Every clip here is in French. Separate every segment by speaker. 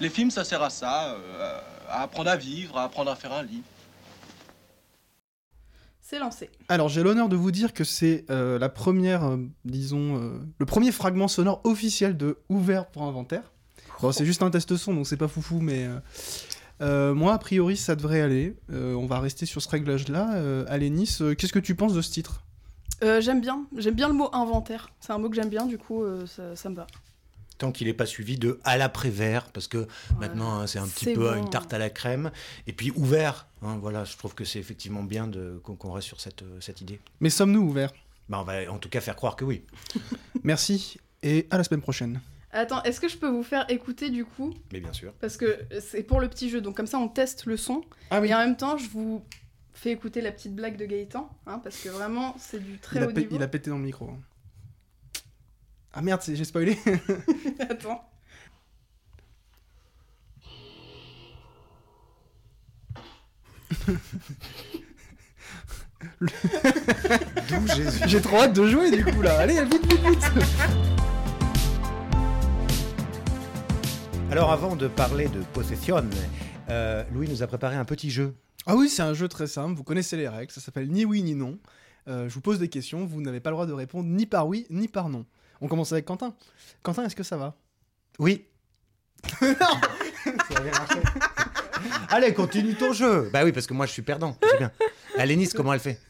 Speaker 1: Les films, ça sert à ça, euh, à apprendre à vivre, à apprendre à faire un lit.
Speaker 2: C'est lancé.
Speaker 3: Alors j'ai l'honneur de vous dire que c'est euh, la première, euh, disons, euh, le premier fragment sonore officiel de Ouvert pour Inventaire. Bon, c'est juste un test son, donc c'est pas foufou, mais euh, euh, moi a priori ça devrait aller. Euh, on va rester sur ce réglage-là. Euh, Alénis, euh, qu'est-ce que tu penses de ce titre
Speaker 2: Euh, j'aime bien, j'aime bien le mot inventaire. C'est un mot que j'aime bien, du coup, euh, ça, ça me va.
Speaker 4: Tant qu'il n'est pas suivi de à l'après-vert, parce que maintenant hein, c'est un petit
Speaker 2: C'est
Speaker 4: peu
Speaker 2: bon.
Speaker 4: une tarte à la crème, et puis ouvert. hein, voilà, je trouve que c'est effectivement bien de- qu'on qu'on reste sur cette, euh, cette idée.
Speaker 3: Mais sommes-nous ouverts
Speaker 4: Bah, on va en tout cas faire croire que oui.
Speaker 3: Merci et à la semaine prochaine.
Speaker 2: Attends, est-ce que je peux vous faire écouter du coup
Speaker 4: Mais bien sûr.
Speaker 2: Parce que c'est pour le petit jeu, donc comme ça on teste le son.
Speaker 3: Ah
Speaker 2: Et en même temps, je vous fais écouter la petite blague de Gaëtan, hein, parce que vraiment c'est du très
Speaker 3: il, a
Speaker 2: haut
Speaker 3: pé-
Speaker 2: niveau.
Speaker 3: il a pété dans le micro. hein. Ah merde, c'est- j'ai spoilé.
Speaker 2: Attends.
Speaker 4: D'où Jésus.
Speaker 3: j'ai trop hâte de jouer du coup là. Allez, vite, vite, vite.
Speaker 4: Alors avant de parler de possession, euh, Louis nous a préparé un petit jeu.
Speaker 3: Ah oui, c'est un jeu très simple, vous connaissez les règles, ça s'appelle ni oui ni non. Euh, je vous pose des questions, vous n'avez pas le droit de répondre ni par oui ni par non. On commence avec Quentin. Quentin, est-ce que ça va
Speaker 4: Oui. Ça a bien marché. Allez, continue ton jeu. Bah oui, parce que moi je suis perdant. C'est bien. Alénis, comment elle fait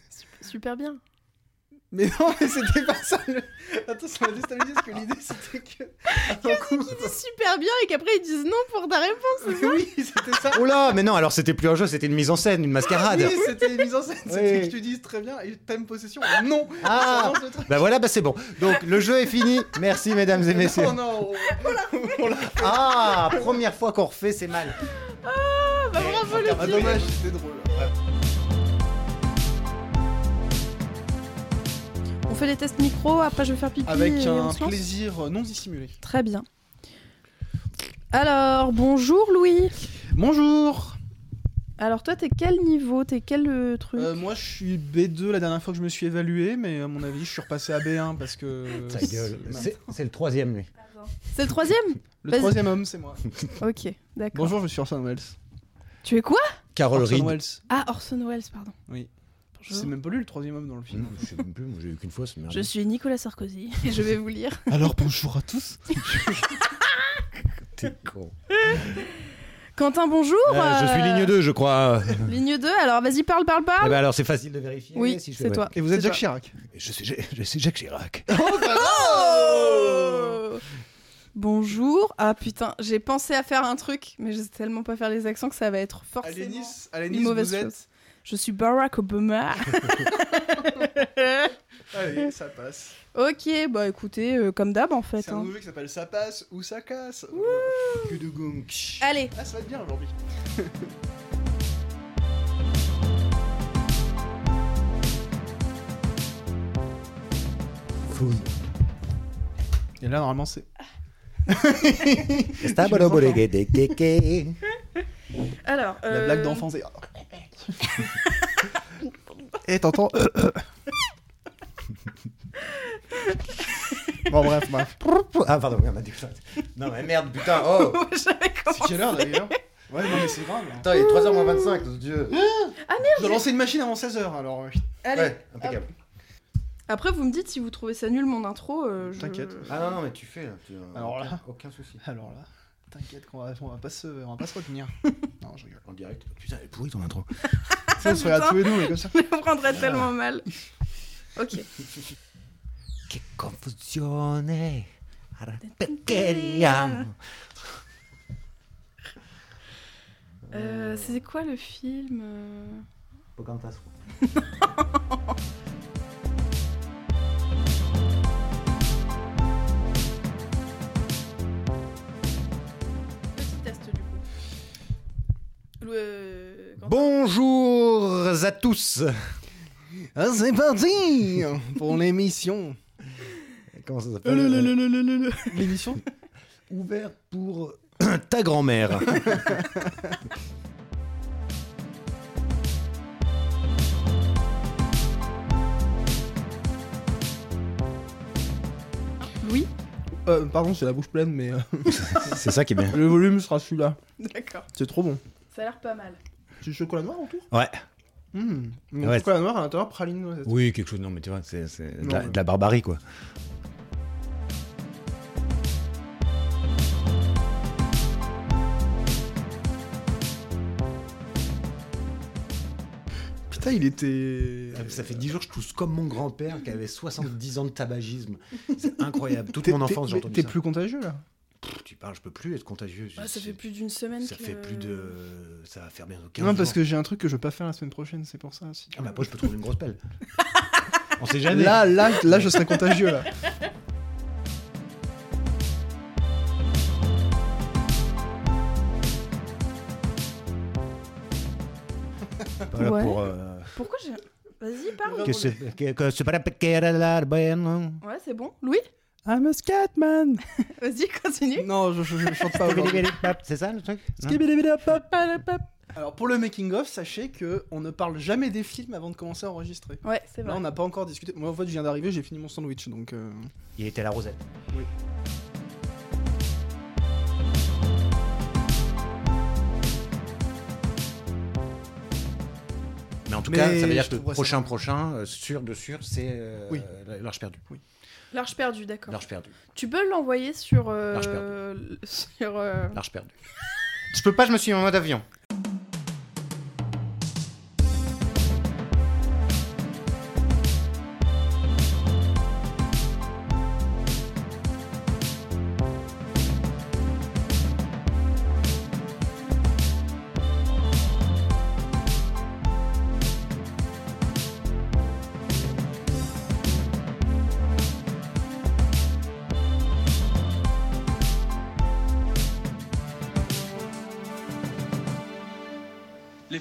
Speaker 5: Super bien.
Speaker 3: Mais non, mais c'était pas ça. le- Attends, ça m'a déstabilisé parce que l'idée c'était que.
Speaker 5: Ah,
Speaker 3: Attends, coup-
Speaker 5: Ils disent super bien et qu'après ils disent non pour ta réponse.
Speaker 3: Mais oui, c'était ça.
Speaker 4: Oh là, mais non, alors c'était plus un jeu, c'était une mise en scène, une mascarade.
Speaker 3: Ah, Oui, c'était une mise en scène, c'était
Speaker 4: Oui.
Speaker 3: que tu dises très bien et thème possession. Non
Speaker 4: Ah
Speaker 3: Ça lance le truc.
Speaker 4: Bah voilà, bah c'est bon. Donc le jeu est fini. Merci mesdames et messieurs.
Speaker 3: Non, non, on- on l'a fait.
Speaker 4: Ah, première fois qu'on refait, c'est mal.
Speaker 5: Ah bah bravo le
Speaker 3: Ah, dommage, c'était drôle.
Speaker 5: On fait les tests micro, après je vais faire pipi
Speaker 3: Avec
Speaker 5: et
Speaker 3: un
Speaker 5: on se lance.
Speaker 3: plaisir non dissimulé.
Speaker 5: Très bien. Alors, bonjour Louis.
Speaker 3: Bonjour
Speaker 5: Alors toi, t'es quel niveau T'es quel euh, truc
Speaker 3: Euh, moi, je suis B2 la dernière fois que je me suis évalué, mais à mon avis, je suis repassé à B1 parce que.
Speaker 4: Ta gueule. C'est- C'est le troisième, lui.
Speaker 5: C'est le troisième
Speaker 3: Le
Speaker 5: Vas-y.
Speaker 3: troisième homme, c'est moi.
Speaker 5: Ok, d'accord.
Speaker 3: Bonjour, je suis Orson Welles.
Speaker 5: Tu es quoi
Speaker 4: Carole
Speaker 3: Orson
Speaker 4: Reed.
Speaker 3: Welles.
Speaker 5: Ah, Orson Welles, pardon.
Speaker 3: Oui.
Speaker 5: Bonjour.
Speaker 3: C'est même pas lui le troisième homme dans le
Speaker 4: Mmh,
Speaker 3: film.
Speaker 4: Je sais même plus, moi j'ai eu qu'une fois, c'est merde.
Speaker 5: Je suis Nicolas Sarkozy et je vais vous lire.
Speaker 3: Alors bonjour à tous.
Speaker 4: T'es con.
Speaker 5: Quentin, bonjour.
Speaker 3: Eh,
Speaker 4: Euh, je suis ligne 2, je crois.
Speaker 5: 2. Ligne 2, alors vas-y, parle, parle,
Speaker 4: Eh
Speaker 5: parle.
Speaker 4: ben alors c'est facile de vérifier.
Speaker 5: oui,
Speaker 4: Eh si je fais-
Speaker 5: c'est
Speaker 4: ouais.
Speaker 5: toi.
Speaker 3: Et vous êtes
Speaker 5: C'est
Speaker 3: Jacques Chirac.
Speaker 4: Je suis, je suis Jacques Chirac.
Speaker 5: Oh Bonjour. Ah putain, j'ai pensé à faire un truc, mais je sais tellement pas faire les accents que ça va être forcément.
Speaker 3: Alénis,
Speaker 5: une
Speaker 3: Alénis,
Speaker 5: mauvaise
Speaker 3: vous êtes.
Speaker 5: chose. Je suis Barack Obama.
Speaker 3: Allez, ça passe.
Speaker 5: ok, bah écoutez, euh, comme d'hab en fait.
Speaker 3: C'est un
Speaker 5: hein.
Speaker 3: nouveau qui s'appelle Ça passe ou ça casse. Que de gonk.
Speaker 5: Allez,
Speaker 3: Ah, ça va être bien aujourd'hui. Et là, normalement, c'est.
Speaker 5: alors.
Speaker 3: La
Speaker 5: euh,
Speaker 3: blague d'enfant, c'est. Et Eh, t'entends. bon, bref, bref.
Speaker 4: Ah pardon, on a dit ça. Non mais merde, putain, oh
Speaker 5: j'avais
Speaker 3: C'est quelle heure d'ailleurs Ouais, non, mais c'est grave. là.
Speaker 4: Putain, il est 3h25, mon dieu.
Speaker 3: Je dois lancer une machine avant 16h alors. euh,
Speaker 5: Allez.
Speaker 4: Ouais, impeccable.
Speaker 2: Après, vous me dites si vous trouvez ça nul mon intro. euh, je-
Speaker 3: T'inquiète.
Speaker 4: Ah non, non, mais tu fais là. tu-
Speaker 3: Alors
Speaker 4: aucun,
Speaker 3: là.
Speaker 4: Aucun souci.
Speaker 3: Alors là, t'inquiète qu'on va, on va, pas se- on va pas se retenir. non, je rigole.
Speaker 4: En direct. Oh, Putain, elle est pourrie ton intro.
Speaker 3: Ah, Ça, on se regarde tous les deux, mais comme ça.
Speaker 2: Je le prendrais
Speaker 4: Ah.
Speaker 2: tellement mal. Ok.
Speaker 4: Che confusione. Perché
Speaker 2: Euh, c'est quoi le film euh
Speaker 4: Pocahontas.
Speaker 2: Petit test du coup. Le... euh,
Speaker 4: Bonjour à tous.
Speaker 3: Ah, c'est parti Pour l'émission.
Speaker 4: Comment ça s'appelle euh,
Speaker 3: L'émission
Speaker 4: Ouvert pour ta grand-mère.
Speaker 5: Louis,
Speaker 3: Euh, pardon, c'est la bouche pleine, mais euh,
Speaker 4: C'est ça qui est bien.
Speaker 3: le volume sera celui-là.
Speaker 2: D'accord.
Speaker 3: C'est trop bon.
Speaker 2: Ça a l'air pas mal.
Speaker 3: C'est du chocolat noir autour
Speaker 4: Ouais.
Speaker 3: Mmh. Donc,
Speaker 4: Ouais.
Speaker 3: Chocolat noir à l'intérieur, praline noisette.
Speaker 4: Oui, quelque chose. Non, mais tu vois, c'est c'est de,
Speaker 3: Non,
Speaker 4: la-
Speaker 3: mais-
Speaker 4: de la barbarie, quoi.
Speaker 3: Putain, il était.
Speaker 4: Ah, Euh, Ça fait 10 jours que je tousse comme mon grand-père qui avait 70 ans de tabagisme. C'est incroyable. Toute
Speaker 3: T'es-
Speaker 4: mon
Speaker 3: t'es-
Speaker 4: enfance, j'ai
Speaker 3: mais
Speaker 4: entendu
Speaker 3: T'es
Speaker 4: ça.
Speaker 3: plus contagieux là
Speaker 4: Pff, tu parles, je peux plus être contagieux.
Speaker 5: Ah, ça fait plus d'une semaine
Speaker 4: Ça fait plus de. Ça va faire bientôt 15
Speaker 3: Non, parce
Speaker 4: jours.
Speaker 3: que j'ai un truc que je veux pas faire la semaine prochaine, c'est pour ça. si tu
Speaker 4: Ah,
Speaker 3: veux.
Speaker 4: mais après, je peux trouver une grosse pelle. On sait jamais.
Speaker 3: là, là, là, je serais contagieux là.
Speaker 4: Voilà
Speaker 5: Ouais.
Speaker 4: pour, euh,
Speaker 5: Pourquoi j'ai. Vas-y, parle.
Speaker 4: que c'est- que- que c'est pas la pequera la bonne.
Speaker 5: Ouais, c'est bon. Louis,
Speaker 3: I'm a scatman
Speaker 5: vas-y, continue.
Speaker 3: Non, je, je- je chante pas aujourd'hui.
Speaker 4: C'est ça le truc Non
Speaker 3: Skibidi-bidi-hop-hop.
Speaker 5: Ah, la pape.
Speaker 3: Alors pour le making of, sachez que on ne parle jamais des films avant de commencer à enregistrer.
Speaker 5: Ouais, c'est
Speaker 3: Là,
Speaker 5: vrai.
Speaker 3: on n'a pas encore discuté. Moi, en fait, je viens d'arriver, j'ai fini mon sandwich, donc. euh,
Speaker 4: Il était la rosette. Mais en tout
Speaker 3: Mais
Speaker 4: cas, ça veut
Speaker 3: je
Speaker 4: dire que
Speaker 3: trouverais ça-
Speaker 4: prochain, prochain, euh, sûr de sûr, c'est euh,
Speaker 3: Oui.
Speaker 4: la- l'arche perdue.
Speaker 5: L'arche perdue, d'accord.
Speaker 4: L'arche perdue.
Speaker 5: Tu peux l'envoyer sur. euh,
Speaker 4: Large
Speaker 5: sur. euh,
Speaker 4: L'arche perdue. je peux pas, je me suis mis en mode avion.
Speaker 1: Les